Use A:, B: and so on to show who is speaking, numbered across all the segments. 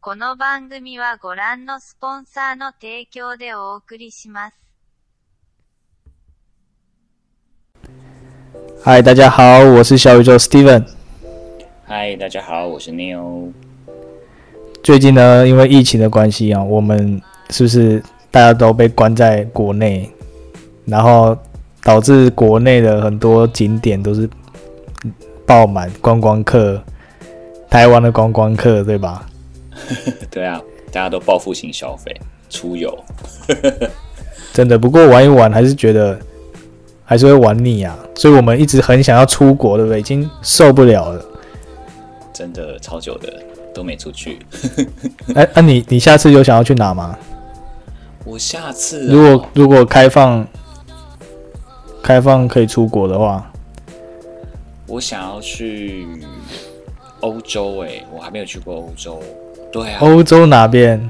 A: この番組はご覧のスポンサーの提供でお送りします。
B: 嗨，大家好，我是小宇宙 Steven。
C: 嗨，大家好，我是 Neil。
B: 最近呢，因为疫情的关系啊，我们是不是大家都被关在国内，然后导致国内的很多景点都是爆满观光客，台湾的观光客，对吧？
C: 对啊，大家都报复性消费，出游。
B: 真的，不过玩一玩还是觉得还是会玩腻啊，所以我们一直很想要出国，对不对？已经受不了了。
C: 真的超久的都没出去。
B: 哎、那、你你下次有想要去哪吗？
C: 我下次啊、
B: 如果如果开放开放可以出国的话，
C: 我想要去欧洲、欸，我还没有去过欧洲。对啊，
B: 欧洲哪边？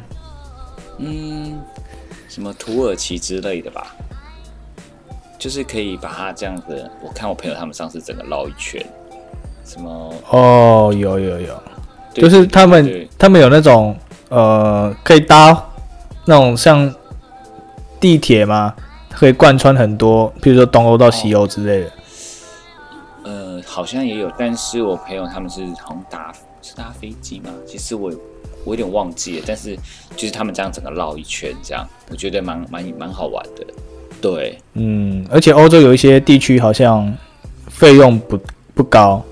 C: 嗯，什么土耳其之类的吧，就是可以把它这样子。我看我朋友他们上次整个绕一圈，什么
B: 哦，有有有，
C: 对
B: 就是他
C: 对
B: 们
C: 对
B: 他们有那种呃，可以搭那种像地铁嘛，可以贯穿很多，譬如说东欧到西欧之
C: 哦
B: 类的。
C: 呃，好像也有，但是我朋友他们是好像搭是搭飞机吗？其实我我有点忘记了，但是就是他们这样整个绕一圈这样，我觉得蛮蛮蛮好玩的。对，
B: 嗯，而且欧洲有一些地区好像费用不不高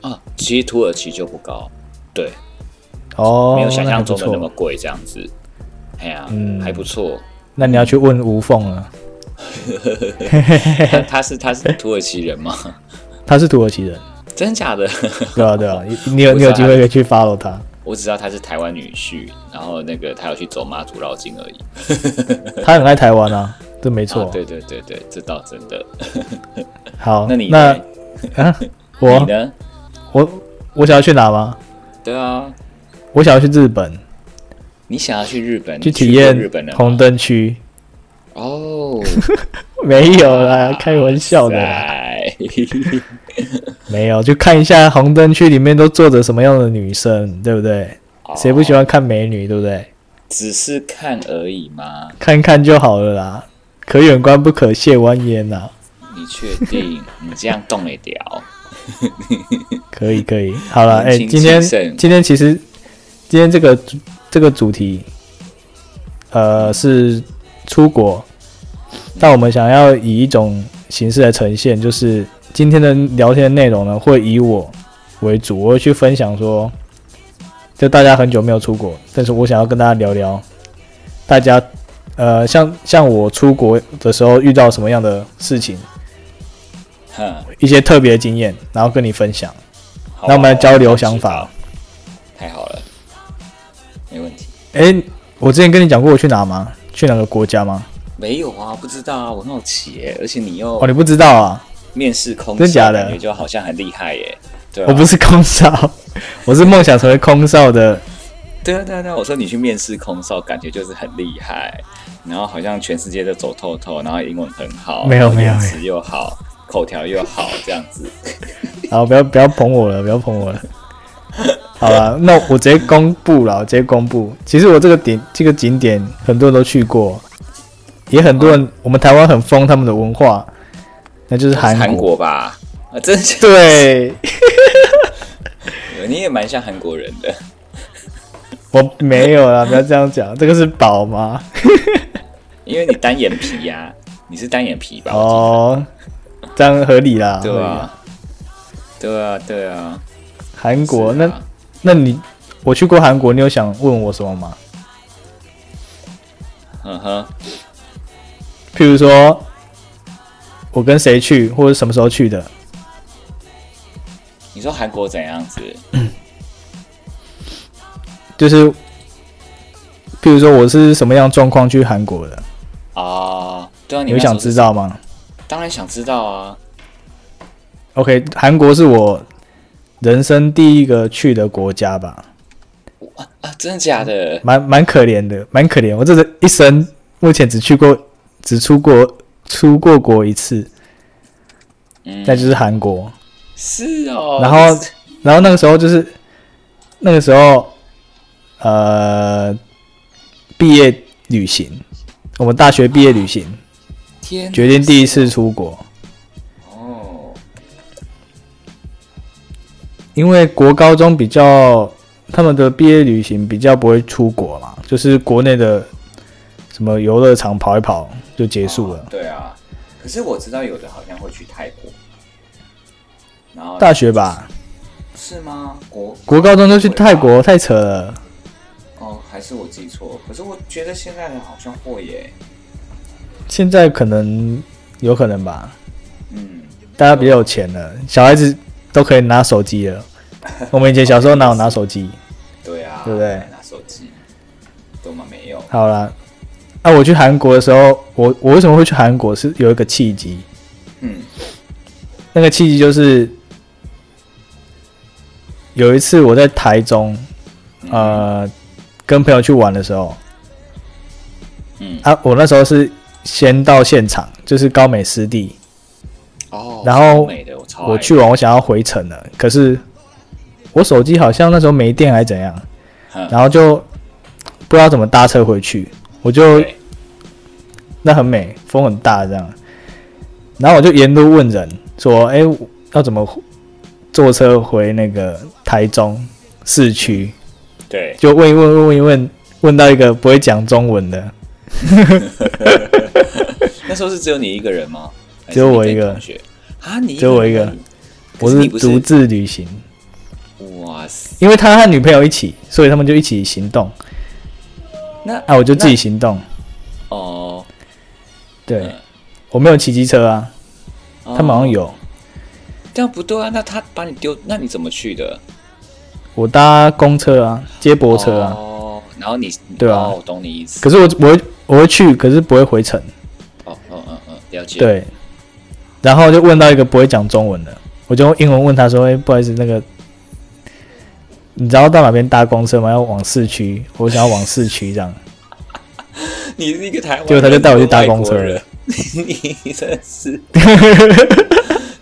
C: 啊，其实土耳其就不高，对，
B: 哦，
C: 没有想象中的
B: 那
C: 那
B: 还不
C: 么
B: 错。
C: 贵这样子。哎呀、
B: 嗯
C: 还不错。
B: 那你要去问吴凤啊了，
C: 他他是他是土耳其人吗？
B: 他是土耳其人，
C: 真假的？
B: 对啊对啊，你你有
C: 我
B: 你有
C: 知
B: 机
C: 道
B: 会可以去 follow 他。
C: 我只知道他是台湾女婿，然后那个他要去走妈祖绕境而已。
B: 他很爱台湾啊，这没错。
C: 啊，对对对对，这倒真的。
B: 好，
C: 那你
B: 那
C: 呢
B: 啊，
C: 你
B: 我
C: 呢？
B: 我我想要去哪吗？
C: 对啊，
B: 我想要去日本，
C: 你想要去日本
B: 去
C: 你
B: 体
C: 过
B: 验
C: 日本的
B: 红灯区。
C: 哦，
B: 没有啦，开玩 笑的啦，
C: 在
B: 没有，就看一下红灯区里面都坐着什么样的女生，对不对？谁不喜
C: 哦？
B: 欢看美女，对不对？
C: 只是看而已吗？
B: 看看就好了啦，可远观不可亵玩焉啊呐、
C: 你确定？你这样动得了？
B: 可以可以，好了，哎、
C: 年轻
B: 今天
C: 气盛
B: 今天其实今天这个主这个主题，呃，是出国，但我们想要以一种形式来呈现，就是今天的聊天内容呢，会以我为主，我会去分享说，就大家很久没有出国，但是我想要跟大家聊聊，大家呃，像像我出国的时候遇到什么样的事情，
C: 哼，
B: 一些特别的经验，然后跟你分享。
C: 好吧
B: 那我们来交流想法。
C: 太好了，没问题。
B: 诶，哎我之前跟你讲过我去哪吗？去哪个国家吗？
C: 没有啊，不知道啊，我很好奇耶，而且你
B: 哦，
C: 又
B: 你不知道啊，
C: 面试空
B: 真假
C: 少，
B: 的
C: 感觉就好像很厉害耶。对啊，
B: 我不是空少， 我是梦想成为空少的。
C: 对啊，对啊，对啊！我说你去面试空少，感觉就是很厉害，然后好像全世界都走透透，然后英文很好，
B: 没有
C: 然后
B: 没有
C: 言辞又好，口条又好，这样子。
B: 好，不要不要捧我了，不要捧我了。好了，那我直接公布了，我直接公布。其实我这个点这个景点很多人都去过，也很多人、
C: 哦
B: 我们台湾很疯他们的文化，那就是韩
C: 韩国吧？啊，真的假
B: 对，
C: 的， 你也蛮像韩国人的。
B: 我没有啦，不要这样讲，这个是宝吗？
C: 因为你单眼皮呀、你是单眼皮吧？我
B: 哦，这样合理啦。
C: 记得
B: 合理
C: 对
B: 啦
C: 啊，对啊，对啊。
B: 韩国、
C: 是
B: 那
C: 啊
B: 那你我去过韩国，你有想问我什么吗？
C: 嗯哼，
B: 譬如说，我跟谁去，或者什么时候去的？
C: 你说韩国怎样子？
B: 就是，譬如说我是什么样状况去韩国的，
C: 啊，对啊，
B: 你
C: 你
B: 会
C: 们
B: 想知？道吗
C: 当然想知道啊。
B: ？OK，韩国是我人生第一个去的国家吧，
C: 啊啊，真的假的？
B: 蛮蛮可怜的，蛮可怜。我这一生目前只去过，只出过出过国一次，
C: 嗯，
B: 那就是韩国。
C: 是哦。
B: 然后，然后那个时候就是那个时候，呃毕业旅行，我们大学毕业旅行，
C: 天哪，
B: 决定第一次出国，
C: 哦，
B: 因为国高中比较他们的毕业旅行比较不会出国嘛，就是国内的什么游乐场跑一跑就结束了
C: 哦。对啊，可是我知道有的好像会去泰国，然后
B: 大学吧，
C: 是吗？国
B: 国高中就去泰
C: 会吧
B: 国，太扯了。
C: 哦，还是我记错了？可是我觉得现在人好像会耶，
B: 现在可能有可能吧，
C: 嗯，
B: 大家比较有钱了，小孩子都可以拿手机 了。我们以前小时候哪有拿手机？
C: 对啊，
B: 对不对
C: 拿手机都嘛没有，
B: 好啦，啊，我去韩国的时候，我我为什么会去韩国？是有一个契机，
C: 嗯，
B: 那个契机就是有一次我在台中，
C: 嗯，
B: 呃，跟朋友去玩的时候，
C: 嗯，
B: 啊，我那时候是先到现场，就是高美湿地，
C: 哦，
B: 然后
C: 超美的，我超爱
B: 我去完，我想要回程了，可是我手机好像那时候没电还是怎样，
C: 嗯
B: 然后就不知道怎么搭车回去，我就
C: 对
B: 那很美，风很大这样，然后我就沿路问人说，哎、要怎么坐车回那个台中市区？
C: 对，
B: 就问一问问一问，问到一个不会讲中文的，
C: 那时候是只有你一个人吗？还是
B: 只有我
C: 你
B: 一
C: 跟
B: 个
C: 同学啊，你
B: 只有我一个
C: 人，可
B: 我
C: 是
B: 是
C: 你不
B: 独自旅行，
C: 哇塞，
B: 因为他和女朋友一起，所以他们就一起行动，
C: 那
B: 啊，我就自己行动，
C: 那哦，
B: 对
C: 嗯
B: 我没有骑机车啊，
C: 他
B: 他们好像，有，
C: 哦这样不对啊，那他把你丢，那你怎么去的？
B: 我搭公车啊，接驳车啊，
C: 哦，然后你
B: 对啊
C: 哦我懂你意思
B: 可。是我我会我会去，可是不会回程，
C: 哦，嗯嗯嗯，了解。，
B: 对，然后就问到一个不会讲中文的，我就用英文问他说，哎、不好意思，那个。你知道到哪边搭公车吗？要往市区，我想要往市区 这样。
C: 你是一个台湾人，
B: 结果他就带我去搭公车
C: 你是外国人 你真的 是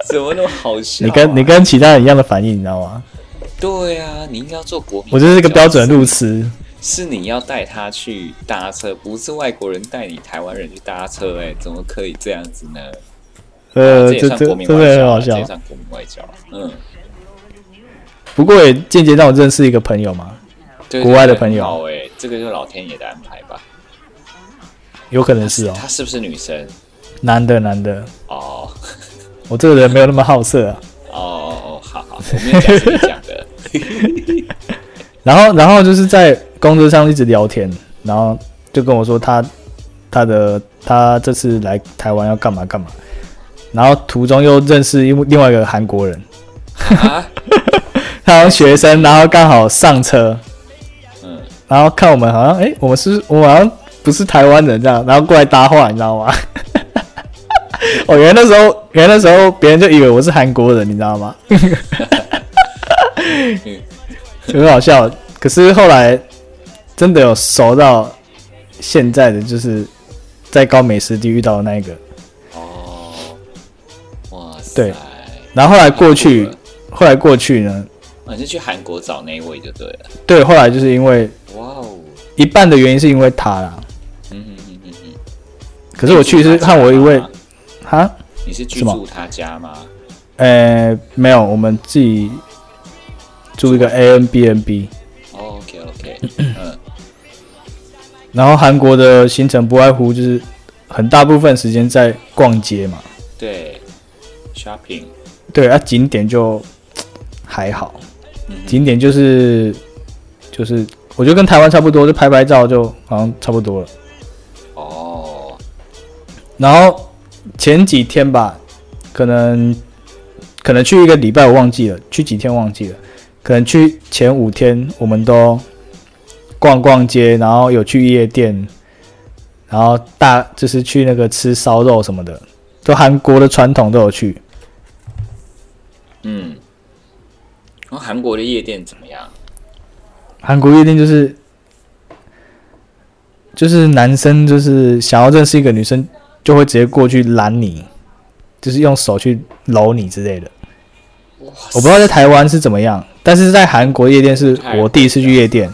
C: 怎么那么好笑啊？
B: 你跟你跟其他人一样的反应，你知道 吗？
C: 对啊，你应该要做国民。
B: 我就是一个标准的路，
C: 啊
B: 痴，
C: 是你要带他去搭车，不是外国人带你台湾人去搭车、哎，怎么可以这样子呢？啊
B: 呃，
C: 这也
B: 这
C: 算
B: 这
C: 国
B: 真
C: 民
B: 的
C: 外
B: 很
C: 交
B: 好
C: 啊，这
B: 笑
C: 也。算国民外交。嗯，
B: 不过也间接让我认识一个朋友嘛，
C: 对，
B: 国外的朋友
C: 这个很好哎、这个就老天爷的安排吧。
B: 有可能 是哦，
C: 她是不是女生？
B: 男的男的，
C: 哦
B: 我这个人没有那么好色啊。
C: 哦哦哦，好好，我没有讲是你讲 的。
B: 然后然后就是在工作上一直聊天，然后就跟我说他他的他这次来台湾要干嘛干嘛，然后途中又认识另另外一个韩国人，
C: 啊，
B: 他好像学生，然后刚好上车，
C: 嗯，
B: 然后看我们好像，哎、我们是，我们好像不是台湾人这样，然后过来搭话，你知道吗？ 哦，原来那时候，原来那时候别人就以为我是韩国人，你知道吗？很好笑。可是后来真的有熟到现在的，就是在高美湿地遇到的那一个，
C: 哦，哇塞，
B: 对然后后来过去，后来过去呢，
C: 啊，你是去韩国找那一位就对了。
B: 对，后来就是因为
C: 哇哦，
B: 一半的原因是因为他啦，
C: 嗯嗯嗯嗯，
B: 可是我去是和我一位哈。
C: 你是居
B: 什么
C: 住他家吗？
B: 呃，没有，我们自己租一个 A N B N B，
C: 哦，OK OK，嗯，
B: 然后韩国的行程不外乎就是很大部分时间在逛街嘛，
C: 对，shopping，
B: 对啊，景点就还好，
C: 嗯哼
B: 景点就是就是我觉得跟台湾差不多，就拍拍照就好像差不多了。
C: 哦，
B: 然后前几天吧，可能可能去一个礼拜我忘记了，去几天忘记了，可能去前五天我们都逛逛街，然后有去夜店，然后大就是去那个吃烧肉什么的，都韩国的传统都有去。
C: 嗯，然后韩国的夜店怎么样？
B: 韩国夜店就是就是男生就是想要认识一个女生，就会直接过去拦你，就是用手去搂你之类的。
C: 哇塞，
B: 我不知道在台湾是怎么样，但是在韩国夜店是我第一次去夜店，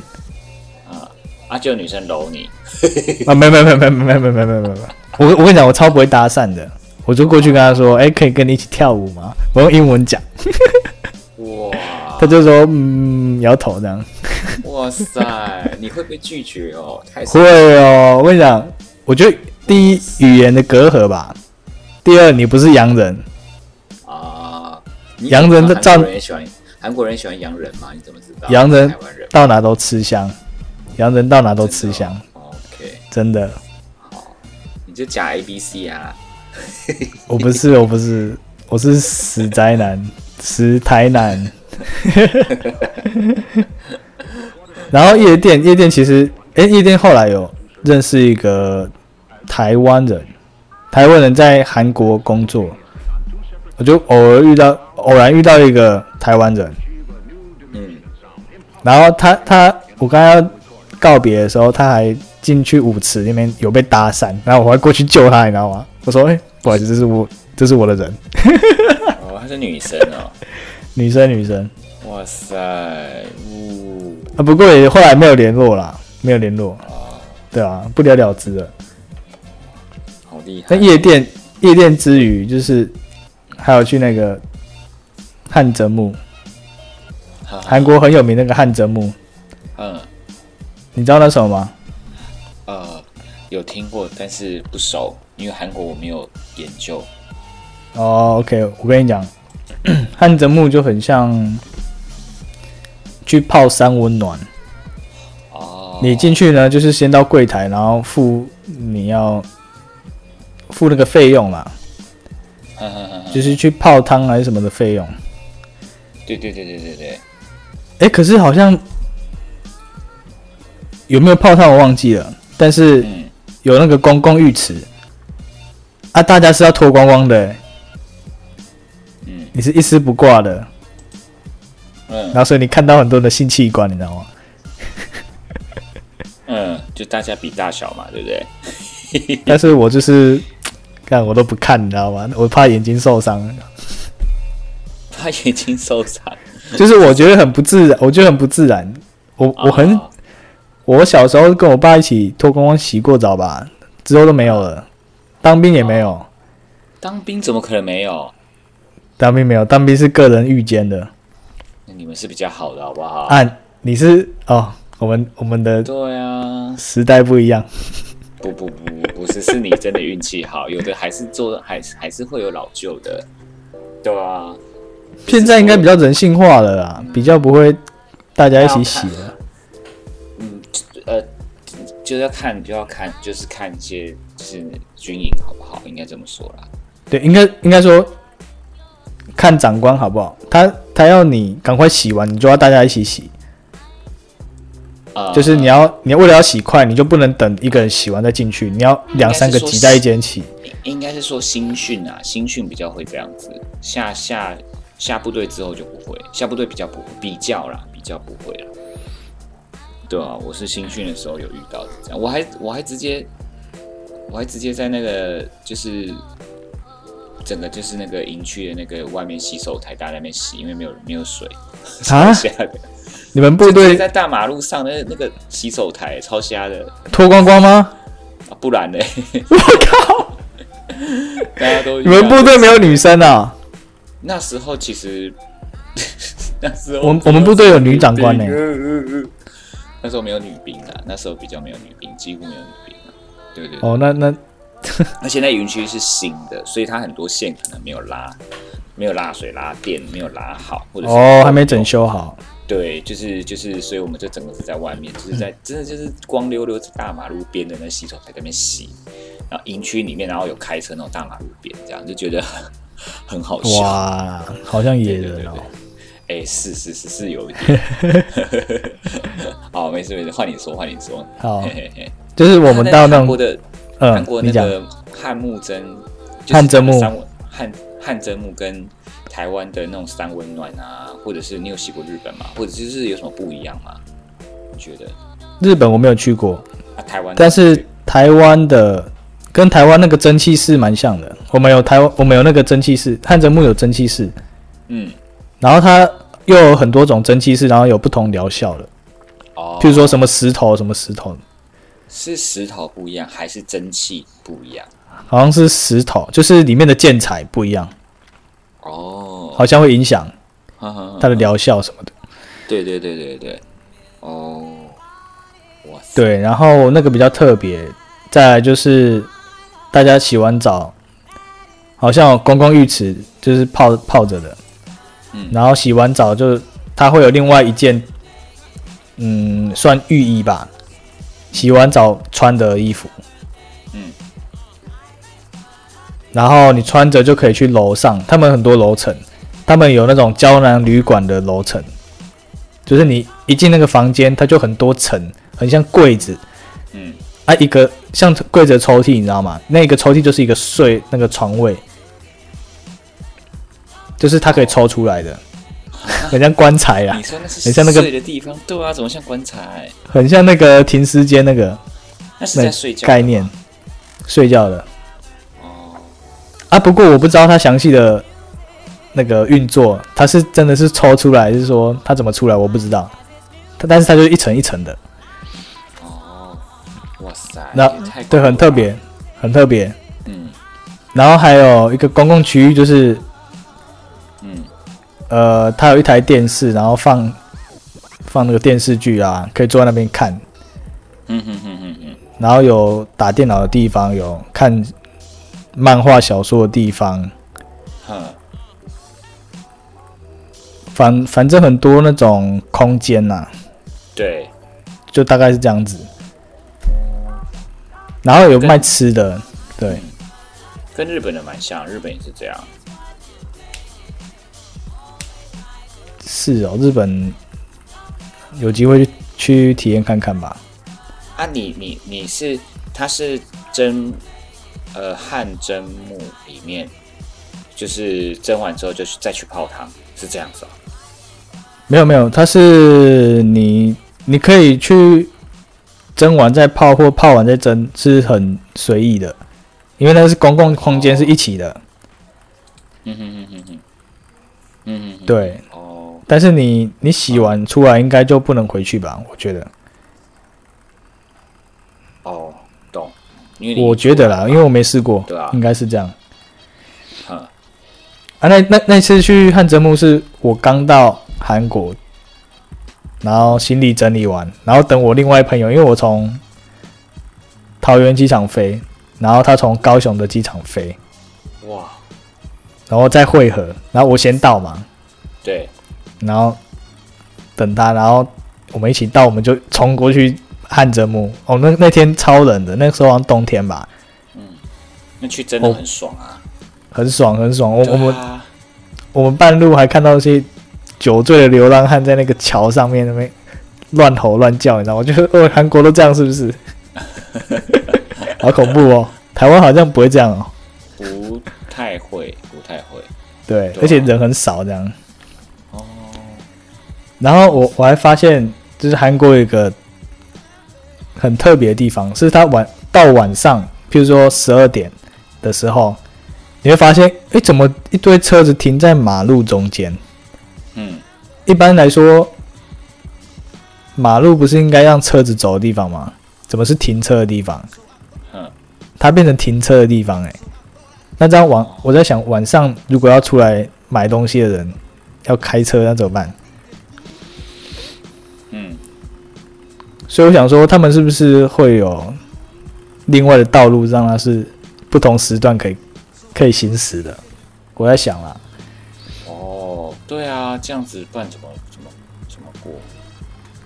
C: 啊，就有女生搂你，
B: 啊，没没没没没没没没没没没，我我跟你讲，我超不会搭讪的，我就过去跟他说，哎、可以跟你一起跳舞吗？我用英文讲，
C: 哇
B: 他就说，嗯，摇头这样。
C: 哇塞，你会被拒绝哦，太
B: 会哦，我跟你讲，我觉得第一语言的隔阂吧，第二你不是洋人，
C: 啊！你
B: 洋人的
C: 怎么
B: 占
C: 知道韩国人也喜欢韩国人喜欢洋人吗？你怎么知道？
B: 洋人
C: 台湾人
B: 到哪都吃香，洋人到哪都吃香，
C: 哦 OK，
B: 真的。
C: 你就假 A B C 啊，
B: 我不是，我不是，我是死宅男，死台男。然后夜店，夜店其实，哎、夜店后来有认识一个台湾人，台湾人在韩国工作，我就偶尔遇到，偶然遇到一个台湾人，
C: 嗯，
B: 然后他他我刚刚要告别的时候，他还进去舞池那边有被搭讪，然后我还过去救他，你知道吗？我说，哎、不好意思，这是我，这是我的人。
C: 哦，她是女生 哦，
B: 女生女生
C: 哇塞，呜，
B: 啊，不过也后来没有联络啦，没有联络，对啊，不了了之了。
C: 好厉害
B: 但！夜店夜店之余，就是还有去那个汗蒸木，
C: 哈哈
B: 韩国很有名那个汗蒸木，
C: 嗯
B: 你知道那什么吗？
C: 呃，有听过，但是不熟，因为韩国我没有研究。
B: 哦，OK，我跟你讲， 汗蒸木就很像去泡山温暖。
C: 哦，
B: 你进去呢，就是先到柜台，然后付你要付那个费用啦，
C: 嗯嗯嗯嗯
B: 就是去泡汤还是什么的费用。
C: 对对对对对对，
B: 哎、可是好像有没有泡汤我忘记了，但是
C: 嗯，
B: 有那个公共浴池啊，大家是要脱光光的、欸，
C: 嗯
B: 你是一丝不挂的，然
C: 嗯
B: 后所以你看到很多人的性器官，你知道吗？
C: 嗯，就大家比大小嘛，对不对？嗯
B: 但是我就是，看我都不看，你知道吗？我怕眼睛受伤，
C: 嗯他眼睛受伤，
B: 就是我觉得很不自然，我觉得很不自然，我我很
C: 哦
B: 我小时候跟我爸一起脱光光洗过澡吧，之后都没有
C: 嗯
B: 了，当兵也没有，
C: 当兵怎么可能没有？
B: 当兵没有，当兵是个人遇见的。
C: 那你们是比较好的，好不好？
B: 啊，你是哦，我们我们的
C: 对啊，
B: 时代不一样，
C: 不不不不是，是你真的运气好，有的还是做，还是还是会有老旧的，对啊，
B: 现在应该比较人性化了啦，比较不会大家一起洗了。
C: 呃，就要看就要看，就是看一些就是军营好不好，应该这么说啦。
B: 对，应该应该说看长官好不好，他他要你赶快洗完，你就要大家一起洗，
C: 啊、
B: 就是你要你为了要洗快，你就不能等一个人洗完再进去，你要两三个
C: 应该是说
B: 挤在一间洗。
C: 应该是说新训啊，新训比较会这样子，下下下部队之后就不会，下部队比较不比较啦，比较不会啦。对啊，我是新训的时候有遇到是这样，我还我还直接我还直接在那个就是整个就是那个营区的那个外面洗手台大家在那边洗，因为没有没有水，
B: 啊
C: 超瞎的，
B: 你们部
C: 就直接
B: 队
C: 在大马路上那那个洗手台超瞎的，
B: 脱光光吗？
C: 啊、不然呢？
B: 我靠，
C: 大家都一
B: 你
C: 样
B: 们部队没有女生啊？
C: 那时候其实， 那时候
B: 我们我们部队有女长官呢、
C: 那时候没有女兵啊，那时候比较没有女兵，几乎没有女兵啊。对对对，
B: 哦，那那
C: 而且那营区是新的，所以它很多线可能没有拉，没有拉水、拉电，没有拉好，或者是
B: 哦还没整。修好。
C: 对，就是就是，所以我们就整个是在外面，就是在、真的就是光溜溜在大马路边的那洗手台在那边洗，然后营区里面，然后有开车那种大马路边，这样就觉得很 很好笑。
B: 哇，好像野
C: 对
B: 人
C: 对
B: 哦、
C: 对哎、是是是是有一点。 哦，没事没事，换你说换你说。
B: 好
C: 嘿嘿嘿
B: 就是我们到那
C: 哎韩
B: 种，
C: 国的韩
B: 嗯
C: 国，
B: 你
C: 那
B: 讲，
C: 个汉木真，
B: 汗蒸木
C: 三温汉汉蒸木跟台湾的那种三温暖啊，或者是你有洗过日本吗？或者就是有什么不一样吗？你觉得？
B: 日本我没有去过，
C: 啊，台湾的
B: 但是台湾的跟台湾那个蒸汽室蛮像的。我们有台湾，我们有那个蒸汽室，汗蒸木有蒸汽室，
C: 嗯
B: 然后它又有很多种蒸汽室，然后有不同疗效的。
C: 哦，
B: 譬如说什么石头什么石头，
C: 是石头不一样，还是蒸汽不一样？
B: 好像是石头，就是里面的建材不一样，
C: 哦，
B: 好像会影响
C: 呵呵呵
B: 它的疗效什么的。
C: 对对对对对，哦，哇塞，
B: 对，然后那个比较特别，再来就是大家洗完澡，好像有公共浴池就是泡泡着的，
C: 嗯
B: 然后洗完澡就它会有另外一件，嗯，算浴衣吧，洗完澡穿的衣服，
C: 嗯，
B: 然后你穿着就可以去楼上，他们很多楼层，他们有那种胶囊旅馆的楼层，就是你一进那个房间，它就很多层，很像柜子
C: 嗯，
B: 啊，一个像柜子的抽屉，你知道吗？那个抽屉就是一个睡那个床位，就是它可以抽出来的，很像棺材啊
C: 哦 你，说那是
B: 很像那个
C: 睡的地方，对啊，怎么像棺材？
B: 很像那个停尸间那个
C: 那是
B: 那
C: 在
B: 个
C: 睡觉的
B: 概念
C: 吗，
B: 睡觉的
C: 哦，
B: 啊。不过我不知道它详细的那个运作，它是真的是抽出来，还是说它怎么出来，我不知道。它但是它就是一层一层的，
C: 哦，哇塞，
B: 那
C: 也太酷
B: 对，
C: 了
B: 很特
C: 吧，
B: 别，很特别。
C: 嗯
B: 然后还有一个公共区域，就是
C: 嗯，
B: 呃，它有一台电视，然后放放那个电视剧啊，可以坐在那边看。
C: 嗯哼哼哼哼，
B: 然后有打电脑的地方，有看漫画小说的地方，
C: 哼，
B: 反反正很多那种空间呐、
C: 对，
B: 就大概是这样子。然后有卖吃的，对，
C: 跟日本的蛮像，日本也是这样，
B: 是哦，日本有机会去去体验看看吧。
C: 啊你，你你是它是蒸，呃，汗蒸木里面，就是蒸完之后就去再去泡汤，是这样子哦。
B: 没有没有，它是你你可以去蒸完再泡，或泡完再蒸，是很随意的，因为那是公共空间，是一起
C: 哦
B: 的。
C: 嗯哼哼哼哼，嗯哼哼，
B: 对，
C: 哦，
B: 但是你你洗完出来应该就不能回去吧？我觉得，
C: 哦，懂，因为你
B: 我觉得啦，因为我没试过，
C: 嗯对啊
B: 应该是这样。
C: 哼
B: 啊，那那那次去汗蒸木是我刚到韩国，然后行李整理完，然后等我另外朋友，因为我从桃园机场飞，然后他从高雄的机场飞，
C: 哇，
B: 然后再汇合，然后我先到嘛，
C: 对，
B: 然后等他，然后我们一起到，我们就冲过去汗蒸木。哦，那那天超冷的，那个时候好像冬天吧，
C: 那去真的
B: 哦
C: 很爽啊。
B: 很爽很爽。我
C: 对
B: 我们
C: 啊，
B: 我们半路还看到一些酒醉的流浪汉在那个桥上面那边乱吼乱叫，你知道吗？我觉得哦，韩国都这样是不是？好恐怖哦！台湾好像不会这样哦。
C: 不太会， 不太会。
B: 对，
C: 对啊
B: 而且人很少这样。
C: 哦，
B: 然后我我还发现，就是韩国有一个很特别的地方，是它晚到晚上，譬如说十二点的时候，你会发现，诶，怎么一堆车子停在马路中间？
C: 嗯，
B: 一般来说，马路不是应该让车子走的地方吗？怎么是停车的地方？
C: 嗯，
B: 它变成停车的地方、欸，那这样晚，我在想晚上如果要出来买东西的人要开车，那怎么办？
C: 嗯，
B: 所以我想说，他们是不是会有另外的道路，让它是不同时段可以可以行驶的？我在想啦，
C: 哦，对啊，这样子，不然怎么怎么怎么过？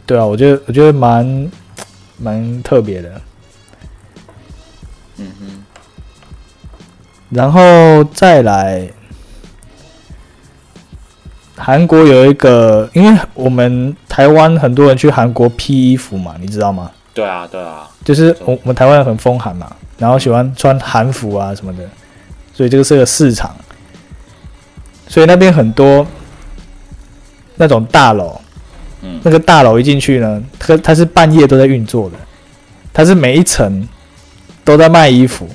B: 对啊，我觉得我觉得蛮蛮特别的。
C: 嗯哼，
B: 然后再来，韩国有一个，因为我们台湾很多人去韩国披衣服嘛，你知道吗？
C: 对啊，对啊，
B: 就是我我们台湾人很风寒嘛，然后喜欢穿韩服啊什么的，所以这个是个市场，所以那边很多那种大楼，
C: 嗯
B: 那个大楼一进去呢，它它是半夜都在运作的，它是每一层都在卖衣服，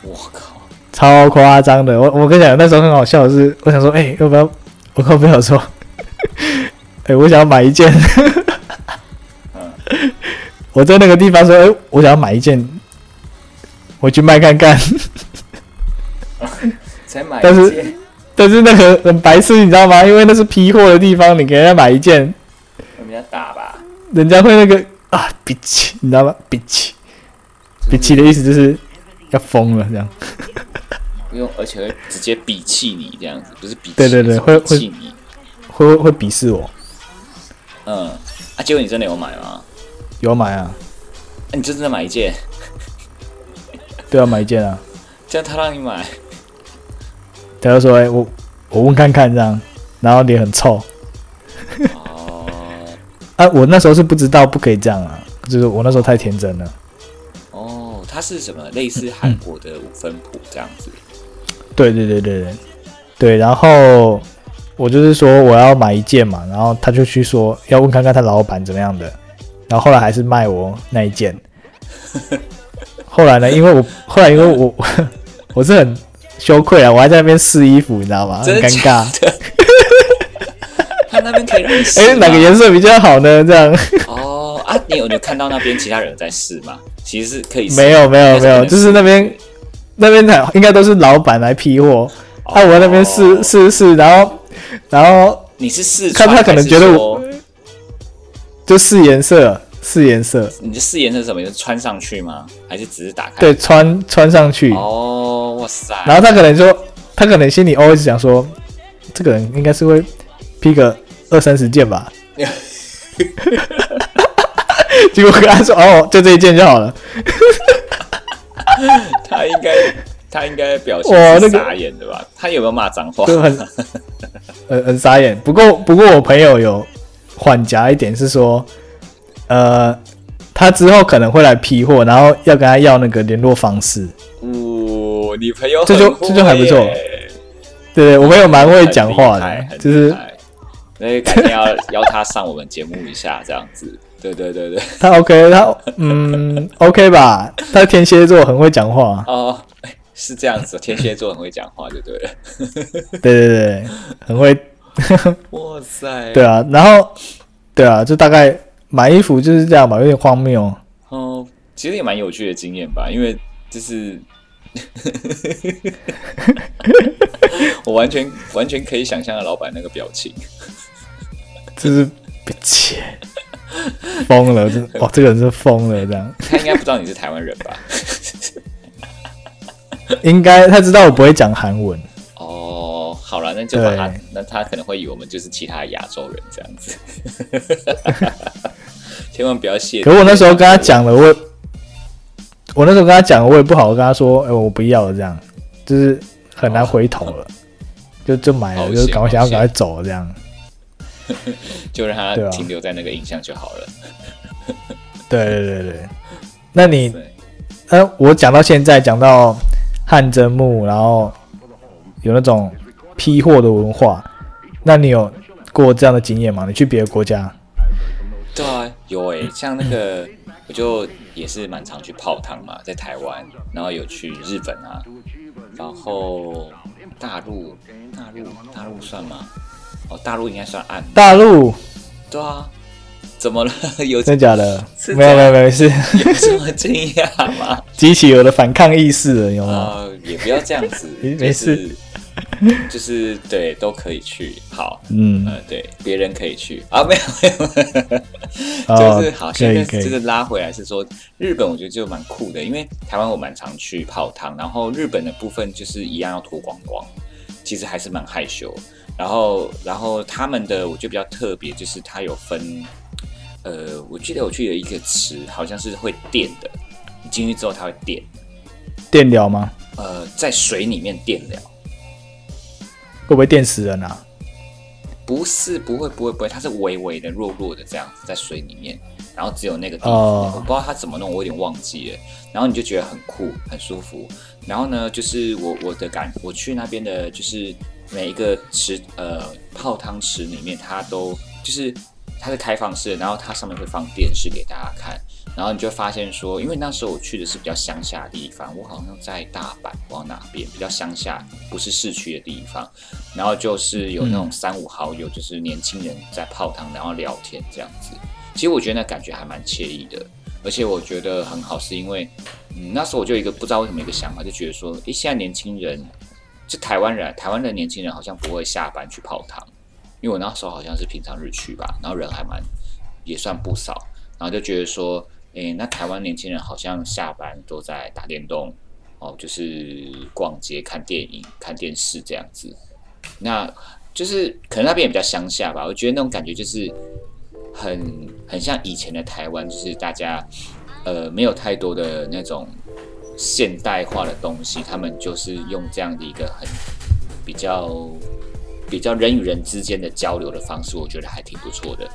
C: 我靠，
B: 超夸张的。我我跟你讲，那时候很好笑的是，我想说，哎、要 不要？我跟我朋友说，哎、我想要买一件， 我在那个地方说，哎、我想要买一件回去卖看 看，
C: 才买
B: 但
C: 一
B: 是
C: 件，
B: 但是那个很白痴，你知道吗？因为那是批货的地方，你给人家买一件，
C: 我们要打吧。
B: 人家会那个啊，比起，你知道吗？比起，比起的意思就是要疯了这样。
C: 不用，而且会直接鄙弃你这样子，不是鄙弃，
B: 对对对
C: 是
B: 会
C: 鄙弃你。
B: 会会会鄙视我。
C: 嗯，啊，结果你真的有买吗？
B: 有买啊，
C: 啊、你就真的买一件，
B: 对啊，买一件啊。
C: 这样他让你买，
B: 他就说：“哎、我我问看看这样。”然后脸很臭
C: 哦
B: 啊。我那时候是不知道不可以这样啊，就是我那时候太天真了。
C: 哦，它是什么类似韩国的五分谱这样子？
B: 对对对对对对。然后我就是说我要买一件嘛，然后他就去说要问看看他老板怎么样的。然后后来还是卖我那一 件。后来呢，因为我后来因为我 我是很羞愧啊，我还在那边试衣服，你知道吗？嗯很
C: 真的
B: 尴尬。
C: 假的。 他那边可以让你试
B: 哎、哪个
C: 吗
B: 颜色比较好呢？这样。
C: 哦啊，你有你有看到那边其他人有在试吗？其实是可以试的，
B: 没有没有
C: 还
B: 没有，
C: 能
B: 就
C: 试
B: 是那边那边的应该都是老板来批货，啊，我在那边试
C: 哦
B: 试试，然后然后
C: 你是试
B: 看
C: 穿
B: 他可能
C: 还是
B: 觉得
C: 说
B: 我就试颜色试颜色，
C: 你的试颜色是什么？你是穿上去吗？还是只是打开？
B: 对，穿穿上去，
C: 哦，哇塞！
B: 然后他可能说他可能心里 always 想说，这个人应该是会批个二三十件吧， 结果跟他说哦，就这一件就好了，
C: 他应该他应该表情
B: 哇那
C: 是
B: 个
C: 傻眼的吧？他有没有骂脏话？
B: 就很 很很傻眼。不过不过我朋友有缓夹一点是说，呃，他之后可能会来批货，然后要跟他要那个联络方式。
C: 哦，你朋友
B: 这就
C: 很会
B: 这就还不错
C: 耶
B: 对对，我朋友蛮会讲话
C: 很厉害
B: 的，
C: 很
B: 就是
C: 厉害所以改天要邀他上我们节目一下，这样子。对对对对，
B: 他 OK，他嗯 OK 吧，他天蝎座很会讲话，
C: 哦，哎是这样子，天蝎座很会讲话，就对了。
B: 对对对，很会，
C: 哇塞，
B: 对，啊，然后对啊，就大概买衣服就是这样吧，有点荒谬。
C: 哦，其实也蛮有趣的经验吧，因为就是。 我完全完全可以想象老板那个表情，
B: 就是别 切，疯了！真的哇，这个人是疯了，这样
C: 他应该不知道你是台湾人吧？
B: 应该他知道我不会讲韩文，
C: 哦，好了，那就把他
B: 对，
C: 那他可能会以为我们就是其他亚洲人这样子， 千万不要谢。
B: 可我那时候跟他，讲了，我也我那时候跟他讲了，我也不好跟他说，哎、我不要了，这样就是很难回头了，就就买
C: 哦
B: 了，
C: 好险
B: 就是赶快想
C: 好
B: 要
C: 险
B: 赶快走了这样。
C: 就让他
B: 对啊
C: 停留在那个印象就好了。
B: 对对对对，那你
C: 嗯对，
B: 呃，我讲到现在，讲到汗蒸木，然后有那种批货的文化，那你有过这样的经验吗？你去别的国家？
C: 对啊，有诶、像那个 我就也是蛮常去泡汤嘛，在台湾，然后有去日本啊，然后大陆，大陆，大陆算吗？哦，大陆应该算暗。
B: 大陆
C: 对啊，怎么了？有
B: 真的假的？
C: 是
B: 没有
C: 这样
B: 没有没有，是
C: 有什么惊讶吗？
B: 激起我的反抗意识了，有吗？
C: 呃，也不要这样子
B: 没，没事
C: 就是，就是对，都可以去。好，
B: 嗯，
C: 呃，对，别人可以去啊，没有没有，
B: 哦
C: 就是好，
B: 可
C: 现在
B: 以可
C: 这
B: 以
C: 个拉回来是说，日本我觉得就蛮酷的，因为台湾我蛮常去泡汤，然后日本的部分就是一样要脱光光，其实还是蛮害羞。然后，然后他们的我觉得比较特别，就是它有分，呃，我记得我去了一个池，好像是会电的，你进去之后它会电，
B: 电疗吗？
C: 呃，在水里面电疗。
B: 会不会电死人啊？
C: 不是，不会，不会，不会，它是微微的、弱弱的这样子在水里面，然后只有那个地方，
B: 哦
C: 我不知道它怎么弄，我有点忘记了。然后你就觉得很酷、很舒服。然后呢，就是我我的感，我去那边的，就是每一个池呃泡汤池里面，它都就是它是开放式的，然后它上面会放电视给大家看。然后你就会发现说，因为那时候我去的是比较乡下的地方，我好像在大阪，不知道哪边，比较乡下，不是市区的地方。然后就是有那种三五好友，就是年轻人在泡汤，然后聊天这样子。其实我觉得那感觉还蛮惬意的。而且我觉得很好，是因为嗯那时候我就有一个不知道为什么一个想法，就觉得说，诶，现在年轻人就台湾人，台湾的年轻人好像不会下班去泡汤，因为我那时候好像是平常日去吧，然后人还蛮也算不少，然后就觉得说，诶，那台湾年轻人好像下班都在打电动，哦，就是逛街、看电影、看电视这样子。那就是可能那边也比较乡下吧，我觉得那种感觉就是很很像以前的台湾，就是大家呃没有太多的那种现代化的东西，他们就是用这样的一个很比较比较人与人之间的交流的方式，我觉得还挺不错的。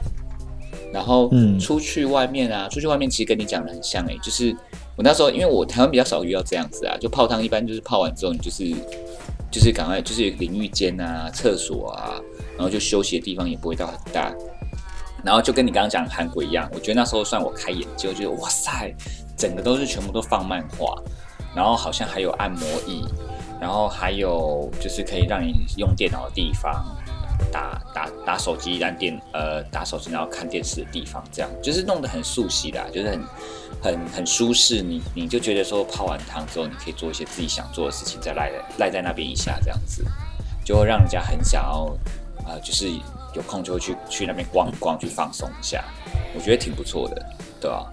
C: 然后
B: 嗯
C: 出去外面啊，出去外面其实跟你讲的很像诶、欸就是我那时候因为我台湾比较少遇到这样子啊，就泡汤一般就是泡完之后你就是就是赶快就是淋浴间啊、厕所啊，然后就休息的地方也不会到很大，然后就跟你刚刚讲的韩国一样，我觉得那时候算我开眼界，我觉得哇塞，整个都是全部都放漫画，然后好像还有按摩椅，然后还有就是可以让你用电脑的地方，打打打手机、然电呃打手机然后看电视的地方，这样就是弄得很熟悉啦，就是很很很舒适。你你就觉得说泡完汤之后，你可以做一些自己想做的事情，再赖赖在那边一下这样子，就会让人家很想要呃，就是有空就会去去那边逛一逛，去放松一下，我觉得挺不错的，对吧、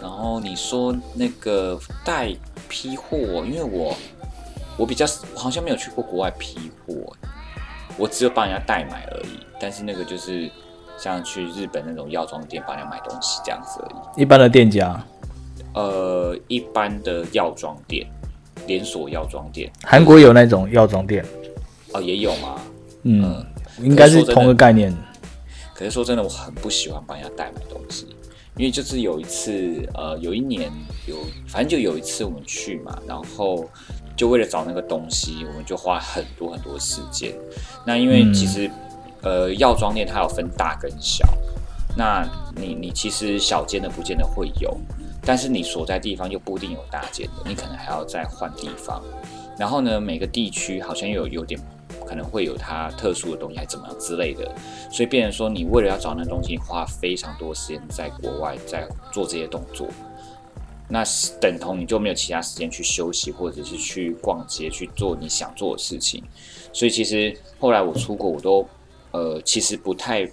C: 然后你说那个带批货，因为我我比较我好像没有去过国外批货，我只有帮人家代买而已。但是那个就是像去日本那种药妆店帮人家买东西这样子而已。
B: 一般的店家，
C: 呃，一般的药妆店，连锁药妆店
B: 韩国有那种药妆店，
C: 哦也有吗？呃
B: 嗯，应该是同个概念。
C: 可是说真的，我很不喜欢帮人家代买东西，因为就是有一次，呃，有一年有，反正就有一次我们去嘛，然后就为了找那个东西，我们就花很多很多时间。那因为
B: 嗯
C: 其实，呃，药妆店它有分大跟小，那你你其实小间的不见得会有，但是你所在地方又不一定有大间的，你可能还要再换地方。然后呢，每个地区好像又有有点可能会有它特殊的东西，还怎么样之类的，所以变成说你为了要找那东西，花非常多时间在国外在做这些动作，那等同你就没有其他时间去休息，或者是去逛街去做你想做的事情。所以其实后来我出国，我都呃其实不太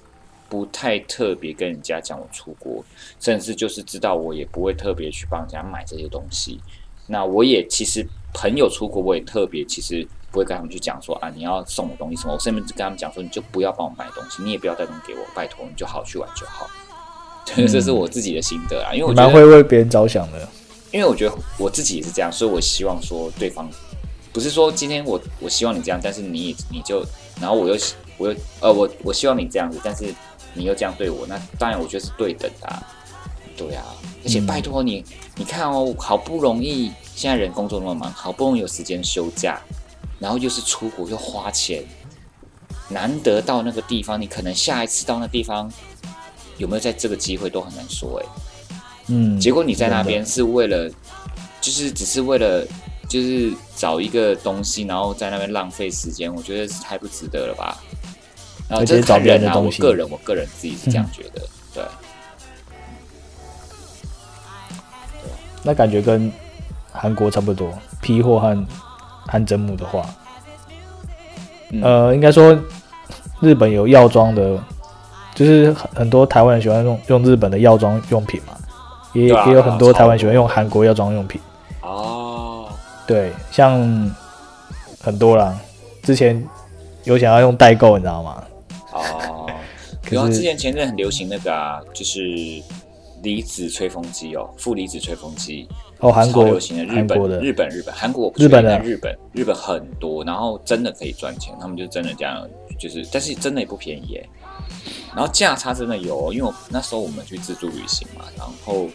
C: 不太特别跟人家讲我出国，甚至就是知道我也不会特别去帮人家买这些东西。那我也其实朋友出国，我也特别其实不会跟他们去讲说啊，你要送我东西什么，我甚至跟他们讲说，你就不要帮我买东西，你也不要带东西给我，拜托你就好好去玩就好。这是我自己的心得啊，因为我
B: 你
C: 觉得
B: 蛮会为别人着想的，
C: 因为我觉得我自己也是这样，所以我希望说对方不是说今天我我希望你这样，但是你也你就，然后我又我又呃我我希望你这样子，但是你又这样对我，那当然我觉得是对等的、啊，对啊，而且拜托你，你看哦，好不容易现在人工作那么忙，好不容易有时间休假，然后又是出国又花钱，难得到那个地方，你可能下一次到那地方有没有在这个机会都很难说哎、
B: 嗯。
C: 结果你在那边是为了，就是只是为了，就是找一个东西，然后在那边浪费时间，我觉得太不值得了吧。然后
B: 而
C: 这
B: 且
C: 是看
B: 找别人
C: 人
B: 的
C: 啊，我
B: 东西嗯
C: 个人我个人自己是这样觉得，对。
B: 那感觉跟韩国差不多，批货和和真木的话，
C: 嗯
B: 呃，应该说日本有药妆的，就是很很多台湾人喜欢用用日本的药妆用品嘛，也、
C: 对啊
B: 也有很多
C: 超多
B: 台湾喜欢用韩国药妆用品，
C: 哦，
B: 对，像很多啦，之前有想要用代购，你知道吗？
C: 哦，
B: 可
C: 然后
B: 是
C: 之前前阵很流行那个啊，就是离子吹风机哦，负离子吹风机，
B: 哦，韩
C: 超
B: 国
C: 流行的日
B: 韩国
C: 本
B: 的
C: 日本日本韩国我不确
B: 日本
C: 定
B: 的
C: 但日本日本很多，然后真的可以赚钱，他们就真的这样，就是但是真的也不便宜耶。然后价差真的有、哦，因为我那时候我们去自助旅行嘛，然后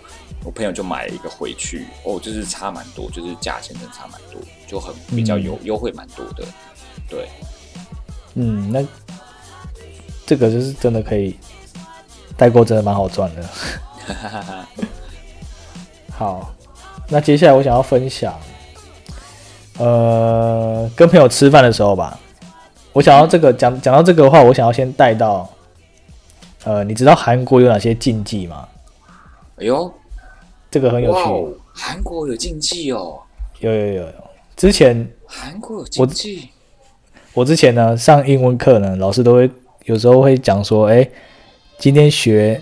C: 我朋友就买了一个回去，哦，就是差蛮多，就是价钱真的差蛮多，就很比较有优惠蛮多的，对。
B: 嗯，那这个就是真的可以，代购真的蛮好赚的。 好，那接下来我想要分享，呃，跟朋友吃饭的时候吧，我想要这
C: 嗯
B: 个讲讲到这个的话，我想要先带到，呃，你知道韩国有哪些禁忌吗？
C: 哎呦，
B: 这个很有
C: 哇
B: 趣。
C: 哦，韩国有禁忌哦，
B: 有有有有，之前
C: 韩国有禁忌，
B: 我之前呢上英文课呢，老师都会有时候会讲说，哎，今天学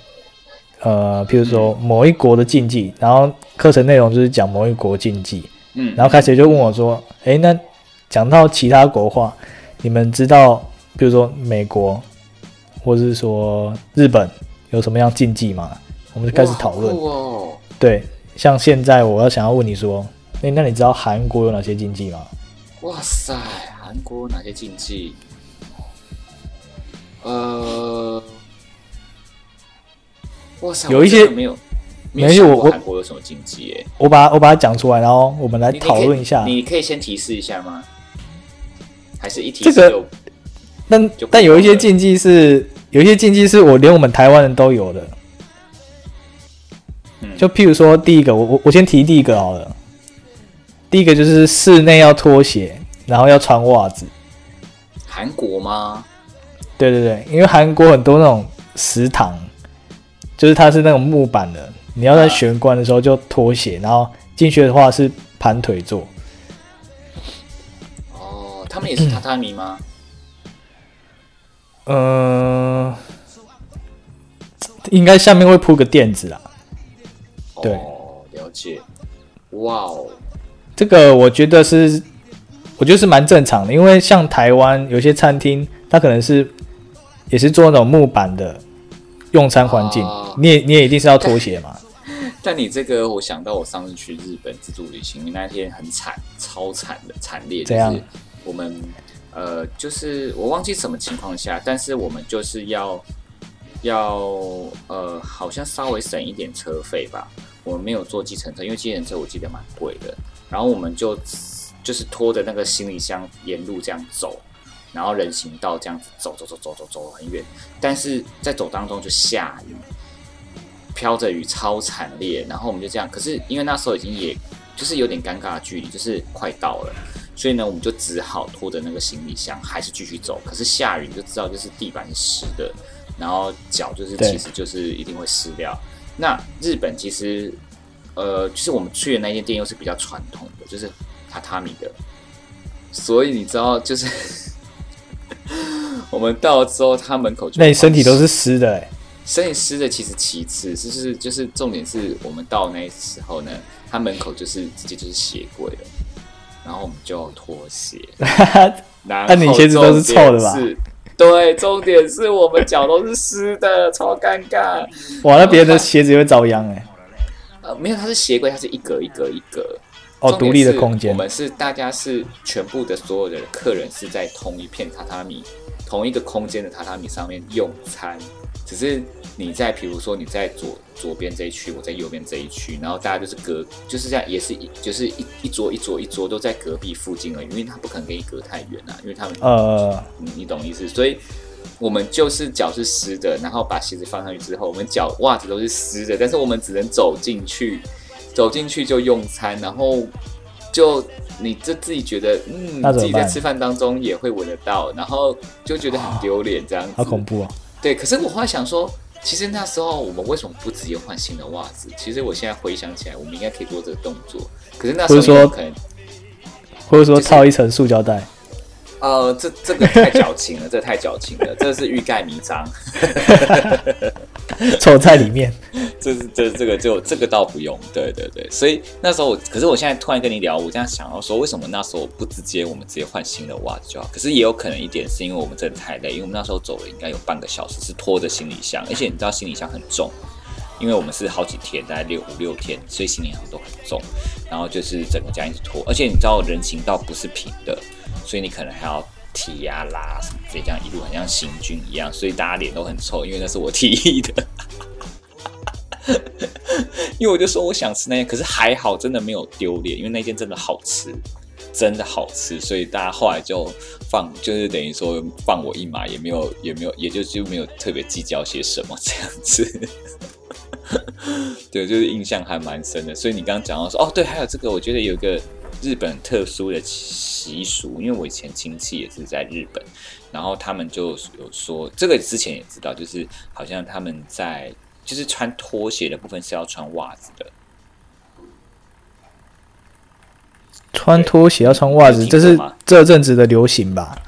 B: 呃，譬如说某一国的禁忌，然后课程内容就是讲某一国禁忌，
C: 嗯，
B: 然后开始就问我说，哎，那讲到其他国话，你们知道，比如说美国，或是说日本有什么样禁忌吗？我们就开始
C: 哇
B: 讨论
C: 好。酷哦。
B: 对，像现在我要想要问你说，那那你知道韩国有哪些禁忌吗？
C: 哇塞，韩国哪些禁忌？呃，哇塞，
B: 有
C: 我
B: 一
C: 真的
B: 些
C: 没有，
B: 没
C: 有
B: 有
C: 想
B: 我
C: 过
B: 我
C: 韩国有什么禁忌耶？
B: 我把我把它讲出来，然后我们来
C: 你
B: 讨论一下
C: 你可以。。你可以先提示一下吗？还是一提
B: 这
C: 示
B: 个
C: 就
B: 但
C: 就不
B: 但有一些
C: 懂了
B: 禁忌是，有一些禁忌是我连我们台湾人都有的。
C: 嗯
B: 就譬如说第一个，我我我先提第一个好了。第一个就是室内要脱鞋，然后要穿袜子。
C: 韩国吗？
B: 对对对，因为韩国很多那种食堂，就是它是那种木板的，你要在
C: 啊
B: 玄关的时候就脱鞋，然后进去的话是盘腿坐。
C: 哦，他们 也是榻榻米吗？
B: 嗯、应该下面会铺个垫子啦。对
C: 哦，了解。哇哦，
B: 这个我觉得是，我觉得是蛮正常的，因为像台湾有些餐厅，它可能是也是做那种木板的用餐环境，
C: 哦
B: 你也你也一定是要脱鞋嘛。
C: 但你这个，我想到我上次去日本自助旅行，那天很惨，超惨的，惨烈。
B: 怎
C: 就
B: 样
C: 是我们呃，就是我忘记什么情况下，但是我们就是要要呃，好像稍微省一点车费吧。我们没有坐计程车，因为计程车我记得蛮贵的。然后我们就就是拖着那个行李箱沿路这样走，然后人行道这样子走走走走走走很远，但是在走当中就下雨，飘着雨超惨烈，然后我们就这样，可是因为那时候已经也就是有点尴尬的距离，就是快到了，所以呢我们就只好拖着那个行李箱还是继续走，可是下雨你就知道就是地板是湿的，然后脚就是
B: 对
C: 其实就是一定会湿掉。那日本其实呃，就是我们去的那间店又是比较传统的，就是榻榻米的，所以你知道，就是 我们到了之后，他门口就
B: 那你身体都是湿的、欸，
C: 身体湿的，其实其次，就是就是重点是我们到那时候呢，他门口就是直接就是鞋柜了，然后我们就脱鞋，
B: 欸
C: 然后
B: 但你鞋子都是臭的吧
C: 重点是？对，重点是我们脚都是湿的，超尴尬。
B: 哇，那别人的鞋子也会遭殃哎、
C: 呃，没有，它是鞋柜，它是一格一格一格。
B: 哦，
C: 重点
B: 独立的
C: 是
B: 空间
C: 我，们是大家是全部的所有的客人是在同一片榻榻米、同一个空间的榻榻米上面用餐，只是你在比如说你在左左边这一区，我在右边这一区，然后大家就是隔就是这样，也是一就是一一桌一桌一桌都在隔壁附近而已，因为他不可能跟你隔太远啊，因为他们
B: 呃，
C: 你你懂意思，所以。我们就是脚是湿的，然后把鞋子放上去之后，我们脚袜子都是湿的，但是我们只能走进去，走进去就用餐，然后就你这自己觉得，嗯
B: 那，怎么办
C: 自己在吃饭当中也会闻得到，然后就觉得很丢脸这样子。
B: 好恐怖哦。
C: 对，可是我后来想说，其实那时候我们为什么不直接换新的袜子？其实我现在回想起来，我们应该可以做这个动作。可是那时
B: 或者
C: 候
B: 说
C: 有可能
B: 或者说
C: 就是
B: 套一层塑胶袋，
C: 呃，这这个太矫情了，这个太矫情了，这是欲盖弥彰。
B: 凑在里面。
C: 这是这这个就这个倒不用，对对对，所以那时候我，可是我现在突然跟你聊，我这样想要说，为什么那时候我不直接我们直接换新的袜子就好？可是也有可能一点是因为我们真的太累，因为我们那时候走了应该有半个小时，是拖着行李箱，而且你知道行李箱很重，因为我们是好几天，大概六五六天，所以行李箱都很重，然后就是整个家一直拖，而且你知道人行道不是平的，所以你可能还要。踢呀、拉什么之类，这样一路很像行军一样，所以大家脸都很臭，因为那是我提议的。因为我就说我想吃那间，可是还好真的没有丢脸，因为那间真的好吃，真的好吃，所以大家后来就放，就是等于说放我一马，也没有也没有，也就就没有特别计较些什么这样子。 对，就是印象还蛮深的。所以你刚刚讲到说，哦，对，还有这个，我觉得有一个日本特殊的习俗，因为我以前亲戚也是在日本，然后他们就有说，这个之前也知道，就是好像他们在就是穿拖鞋的部分是要穿袜子的，
B: 穿拖鞋要穿袜子，
C: 你有
B: 这是
C: 听过吗
B: 这阵子的流行吧？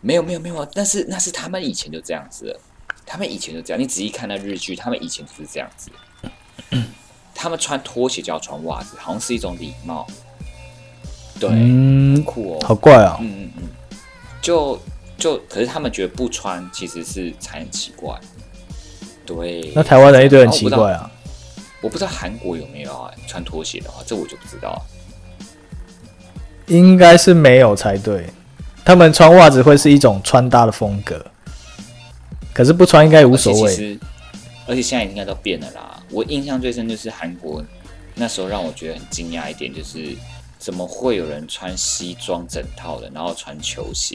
C: 没有没有没有啊，但是那是他们以前就这样子了，他们以前就这样。你仔细看那日剧，他们以前就是这样 子，他们穿拖鞋就要穿袜子，好像是一种礼貌。对，
B: 嗯
C: 很，酷
B: 好
C: 哦。
B: 怪哦。
C: 嗯嗯嗯，就就可是他们觉得不穿其实是才很奇怪。对，
B: 那台湾人一堆很
C: 然后我
B: 奇
C: 不知道
B: 怪啊，
C: 我不知道韩国有没有啊，穿拖鞋的话，这我就不知道。
B: 应该是没有才对。他们穿袜子会是一种穿搭的风格，可是不穿应该也无所
C: 而且其
B: 谓。
C: 实，而且现在应该都变了啦。我印象最深就是韩国那时候让我觉得很惊讶一点，就是怎么会有人穿西装整套的，然后穿球 鞋？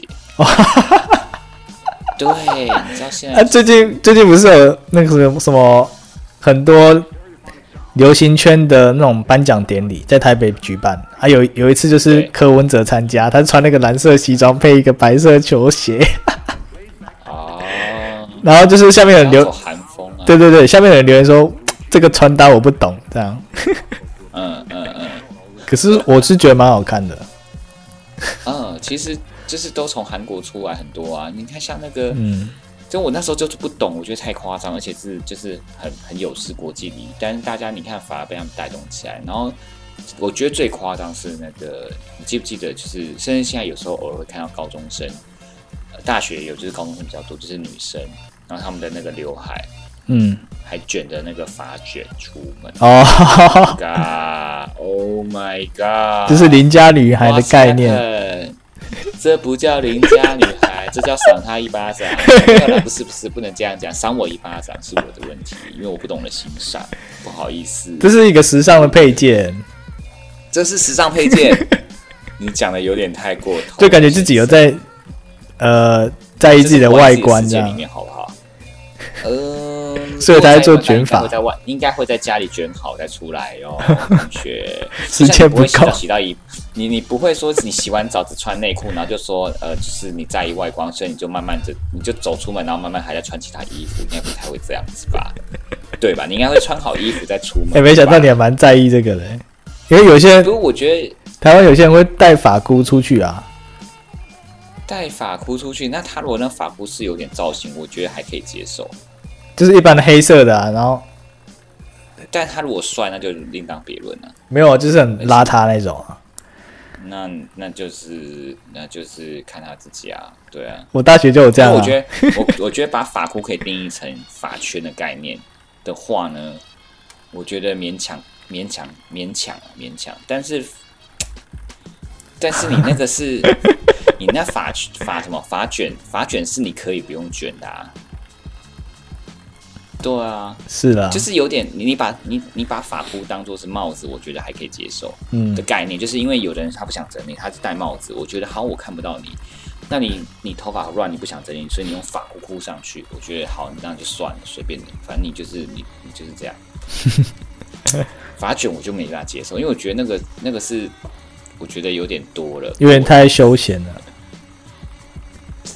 C: 对，你知道现
B: 啊，
C: 在
B: 最近最近不是有那个什么什么很多流行圈的那种颁奖典礼在台北举办，啊有有一次就是
C: 对
B: 柯文哲参加，他穿那个蓝色西装配一个白色球鞋，
C: 啊，
B: 然后就是下面有人
C: 要走
B: 留，
C: 韩风啊，
B: 对对对，下面有人留言说这个穿搭我不懂这样，
C: 嗯嗯嗯
B: 可是我是觉得蛮好看的，
C: 嗯，其实就是都从韩国出来很多啊。你看像那个，
B: 嗯。
C: 就我那时候就是不懂，我觉得太夸张，而且是就是很很有失国际礼仪。但是大家你看，反而被他们带动起来。然后我觉得最夸张是那个，你记不记得？就是甚至现在有时候偶尔会看到高中生，呃大学有就是高中生比较多，就是女生，然后他们的那个刘海
B: 嗯，
C: 还卷着那个发卷出门。
B: 哦，
C: God，Oh my God，
B: 这是邻家女孩的概念。
C: 念。 这不叫邻家女孩，这叫赏她一巴掌。 没有啦不是不是，不能这样讲，赏我一巴掌是我的问题，因为我不懂得欣赏，不好意思。
B: 这是一个时尚的配件，
C: 这是时尚 配件，你讲的有点太过头，
B: 就感觉自己有在呃在意
C: 这
B: 自己
C: 是
B: 的
C: 活在
B: 外
C: 自己
B: 观
C: 世
B: 这
C: 界
B: 样
C: 里。面好不好？呃，
B: 所以才会做卷
C: 法，
B: 发
C: 会在外应该会在家里卷好再出来 哟、哦，同学。
B: 时间不够
C: 就像你不会洗澡洗到一，你你不会说你洗完澡只穿内裤，然后就说呃，就是你在意外观，所以你就慢慢的你就走出门，然后慢慢还在穿其他衣服，应该不太会这样子吧？对吧？你应该会穿好衣服再出门。
B: 哎、没想到你还
C: 吧
B: 蛮在意这个的，因为有些
C: 不
B: 人
C: 过我觉得
B: 台湾有些人会带发箍出去啊。
C: 带发箍出去，那他如果那发箍是有点造型，我觉得还可以接受。
B: 就是一般的黑色的啊，然后
C: 但他如果帅，那就另当别论了。
B: 没有，就是很邋遢那种啊。
C: 那那就是那就是看他自己啊，对啊。
B: 我大学就有这样、
C: 因
B: 啊，
C: 为我觉得我我觉得把法箍可以定义成法圈的概念的话呢，我觉得勉强勉强勉强啊勉强，但是但是你那 个是你那法法什么法卷法卷是你可以不用卷的啊。对啊，
B: 是啦，
C: 就是有点你你把你你把法箍当做是帽子，我觉得还可以接受。
B: 嗯
C: 的，概念，就是因为有的人他不想整理，他是戴帽子，我觉得好我看不到你，那你你头发乱，你不想整理，所以你用发箍箍上去，我觉得好，那就算了，随便你，反正你就是你你就是这样。 发卷我就没办法接受，因为我觉得那个那个是我觉得有点多了，
B: 有点太休闲了。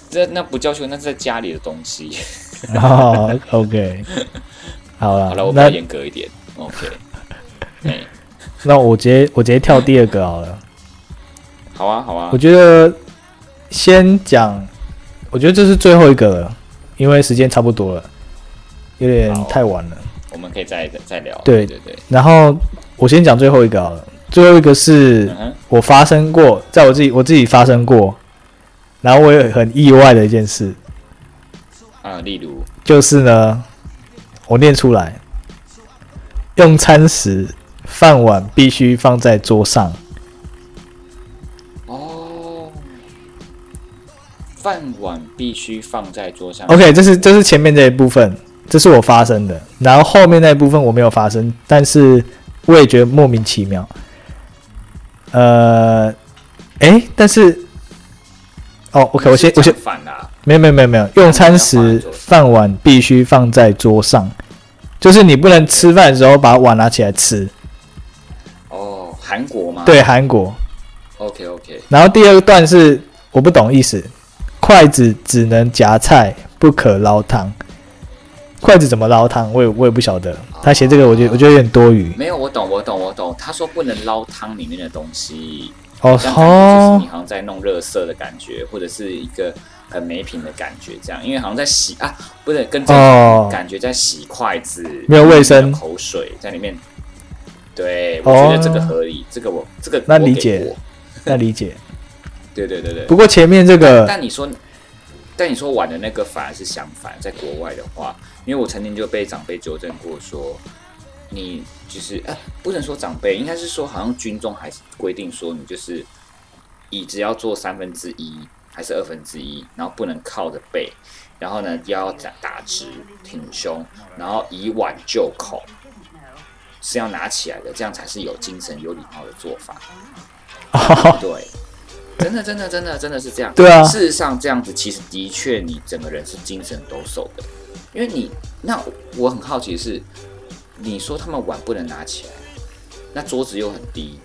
C: 这那不叫修，那是在家里的东西。
B: 啊 哦，OK，好了，
C: 好了，我比较
B: 那
C: 严格一点，OK。哎，
B: 那我直接我直接跳第二个好了。
C: 好啊，好啊
B: 我，觉得先讲，我觉得这是最后一个了，因为时间差不多了，有点
C: 好
B: 太晚了。
C: 我们可以再再聊。
B: 对
C: 对对，
B: 然后我先讲最后一个好了，最后一个是
C: 嗯哼，
B: 我发生过，在我自己我自己发生过，然后我也很意外的一件事，
C: 啊，例如，
B: 就是呢，我念出来，用餐时饭碗必须放在桌上，
C: 哦，饭碗必须放在桌上。
B: OK，这是这是前面这一部分，这是我发生的，然后后面那一部分我没有发生，但是我也觉得莫名其妙。呃，诶，但是，哦，OK，我先我先
C: 反啦。
B: 没有没有没有没有，用餐时饭碗必须放在桌上，就是你不能吃饭的时候把碗拿起来吃。
C: 哦，韩国吗？
B: 对，韩国。
C: ，OK OK，
B: 然后第二段是我不懂意思，筷子只能夹菜，不可捞汤。筷子怎么捞汤？我也我也不晓得。他写这个，我觉得我觉得有点多余。
C: 没有，我懂，我懂，我懂。他说不能捞汤里面的东西。
B: 哦
C: 这样感觉就是
B: 哦
C: 你，好像在弄热色的感觉，或者是一个很没品的感觉，这样，因为好像在洗啊，不是跟正
B: 哦
C: 常感觉在洗筷子，
B: 没有卫生哦
C: 口水在里面。对，我觉得这个合理，这个我这个
B: 那
C: 我
B: 理
C: 给
B: 解
C: 过，
B: 那理解。
C: 对对对对。
B: 不过前面这个
C: 但你说，但你说玩的那个反而是相反，在国外的话，因为我曾经就被长辈纠正过说，你就是呃，不能说长辈，应该是说好像军中还是规定说你就是椅子要坐三分之一还是二分之一，然后不能靠着背，然后呢腰要打打直挺胸，然后以碗就口。是要拿起来的，这样才是有精神、有礼貌的做法。 对，真的，真的，真的，真的是这样。
B: 哦对啊
C: 事实上这样子其实的确你整个人是精神抖擞的，因为你那我很好奇的是，你说他们碗不能拿起来，那桌子又很低，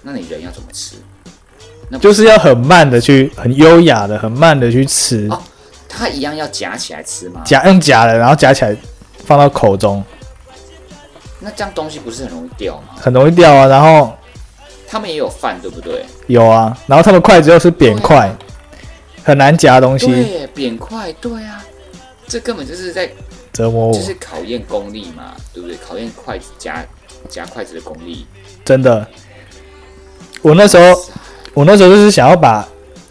C: 那你人要怎么吃？那
B: 就是要很慢的去，很优雅的、很慢的去吃，
C: 哦，他一样要夹起来吃吗？
B: 夹用夹的，然后夹起来放到口中，
C: 那这样东西不是很容易掉吗？
B: 很容易掉啊。然后
C: 他们也有饭，对不对？
B: 有啊，然后他们筷子又是扁筷，很难夹东西，
C: 对，扁块，对啊，这根本就是在
B: 折磨我
C: 就，是考验功力嘛，对不对？考验筷子夹夹筷子的功力。
B: 真的。我那时候，我那时候就是想要把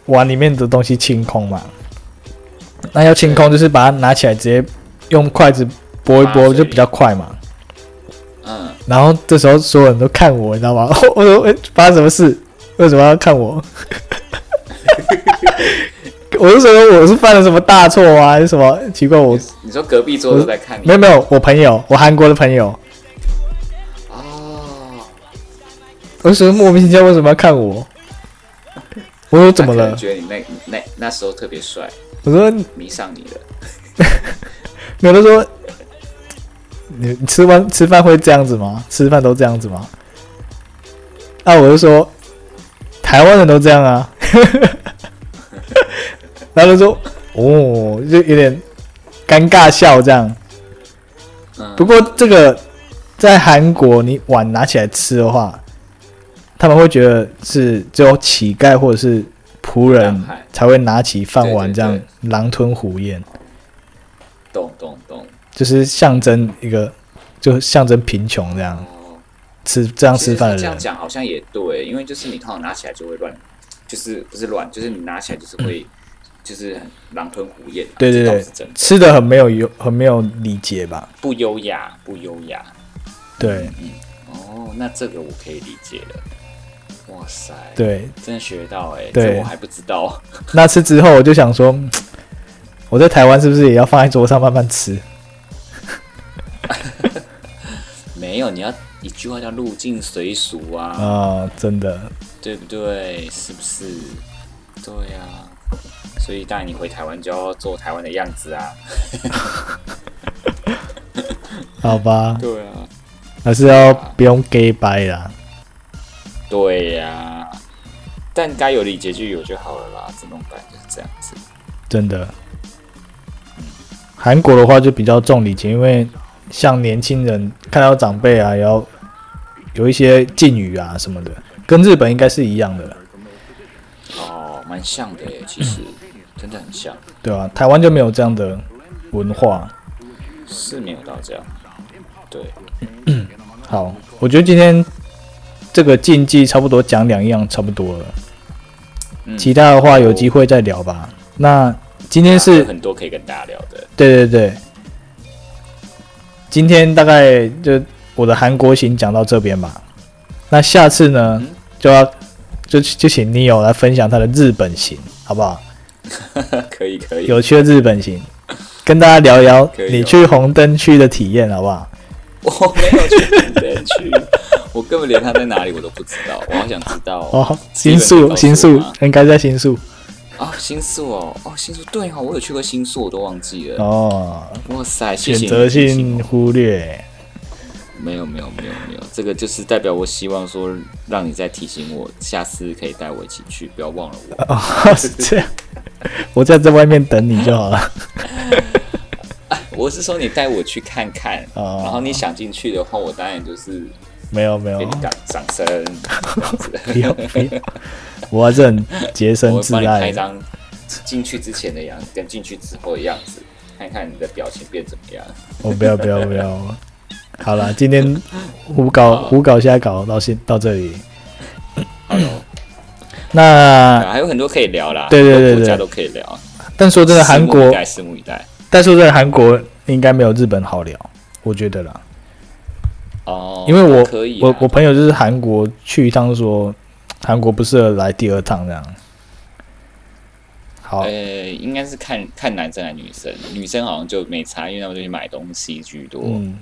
B: 碗里面的东西清空嘛。那要清空，就是把它拿起来，直接用筷子拨一
C: 扒
B: 拨，
C: 水
B: 就比较快嘛。
C: 嗯，
B: 然后这时候所有人都看我，你知道吗？ 我说诶发生什么事？为什么要看我？ 我就说我是犯了什么大错啊？还是什么奇怪？我
C: 你说隔壁桌都在看你
B: 没有没有，我朋友，我韩国的朋友，
C: 哦，
B: 我就说莫名其妙为什么要看我？ 我说怎么
C: 他可能
B: 了？
C: 觉得你那那那时候特别帅，
B: 我说
C: 迷上你了。
B: 没有，他说你你吃完吃饭会这样子吗？吃饭都这样子吗？啊，我就说台湾人都这样啊， 然后他说哦，就有点尴尬笑这样。
C: 嗯，
B: 不过这个在韩国，你碗拿起来吃的话，他们会觉得是只有乞丐或者是仆人
C: 男孩
B: 才会拿起饭碗
C: 对对
B: 这样狼吞虎咽。
C: 懂懂懂。
B: 就是象征一个，就象征贫穷这样
C: 哦，
B: 吃这样
C: 其
B: 嗯吃
C: 实
B: 饭的
C: 这样
B: 人，
C: 讲好像也对，因为就是你通常拿起来就会乱，就是不是乱，就是你拿起来就是会，就是很狼吞虎咽嘛。
B: 嗯
C: 啊
B: 对对
C: 这倒
B: 对
C: 是真，的，
B: 吃的很没有优，很没有礼节吧？
C: 不优雅，不优雅。
B: 对
C: 哦，那这个我可以理解了。哇塞，，
B: 对，
C: 真的学到哎、欸，
B: 对
C: 这我还不知道。
B: 那次之后我就想说，嗯我在台湾是不是也要放在桌上慢慢吃？
C: 没有，你要一句话叫入境随俗啊。
B: 啊、真的，
C: 对不对？是不是？对呀、所以当然你回台湾就要做台湾的样子啊。
B: 好吧，
C: 对啊，
B: 还是要不用 gay 掰啦。
C: 对呀、但该有礼节就有就好了啦，自动版就是这样子。
B: 真的。韩国的话就比较重礼节，因为像年轻人看到长辈啊，也要有一些敬语啊什么的，跟日本应该是一样的，
C: 哦，蛮像的耶，其实真的很像，
B: 对吧、台湾就没有这样的文化。
C: 是没有到这样。对，
B: 好，我觉得今天这个禁忌差不多讲两样差不多了，
C: 嗯，
B: 其他的话有机会再聊吧。那今天
C: 还
B: 是
C: 有啊很多可以跟大家聊的。
B: 对对对，今天大概就我的韩国行讲到这边吧。那下次呢，
C: 嗯
B: 就要就就请 Neo 来分享他的日本行，好不好？
C: 可以可以，
B: 有趣的日本行，跟大家聊一聊
C: 可以哦
B: 你去红灯区的体验，好不好？
C: 我没有去北区，我根本连他在哪里我都不知道，我好想知道
B: 哦，
C: 基
B: 新
C: 本
B: 宿，
C: 告诉
B: 新宿
C: 我吗
B: 应该在新宿
C: 哦，新宿哦，哦，新宿对哦，我有去过新宿，我都忘记了。
B: 哦，
C: 哇塞，谢
B: 选
C: 谢你
B: 择
C: 的提醒
B: 性
C: 哦
B: 忽略。
C: 没有没有没有没有，这个就是代表我希望说让你再提醒我，下次可以带我一起去，不要忘了我。
B: 哦，是这样， 我在这外面等你就好了。
C: 我是说你带我去看看，
B: 哦
C: 然后你想进去的话，我当然就是
B: 没有没有
C: 给，你掌掌声，这 样子
B: 不要不要，我还是很洁身
C: 我会
B: 自
C: 帮你拍
B: 爱
C: 一
B: 的。
C: 张进去之前的样子，跟进去之后的样子，看看你的表情变怎么样。
B: 我哦不要不要不要。好了，今天胡搞胡搞瞎搞到现到这里。那
C: 啊，还有很多可以聊啦，
B: 嗯对对
C: 很多
B: 对
C: 国家
B: 对
C: 都可以聊。
B: 但说真的，韩
C: 拭目
B: 国
C: 以，待，拭目以待。
B: 但说真的，韩国应该没有日本好聊，我觉得啦。
C: 哦，
B: 因为我、
C: 可以啊，
B: 我我朋友就是韩国去一趟说，韩国不适合来第二趟这样。好，
C: 呃，应该是看看男生还是女生，女生好像就没差，因为他们就去买东西居多。
B: 嗯，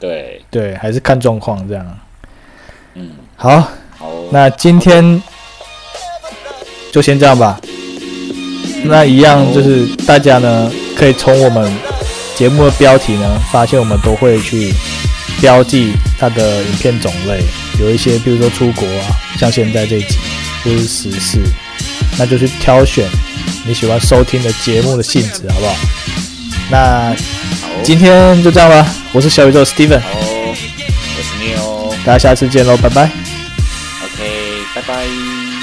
C: 对，
B: 对，还是看状况这样。
C: 嗯，
B: 好，
C: 好哦，
B: 那今天就先这样吧。那一样就是大家呢，可以从我们节目的标题呢，发现我们都会去标记它的影片种类，有一些比如说出国啊，像现在这一集或是时事，那就去挑选你喜欢收听的节目的性质，好不好？那
C: 好哦，
B: 今天就这样吧，我是小宇宙 Steven，
C: 好哦，我是 Neo，OK，、
B: 大家下次见喽，拜拜。
C: 拜拜。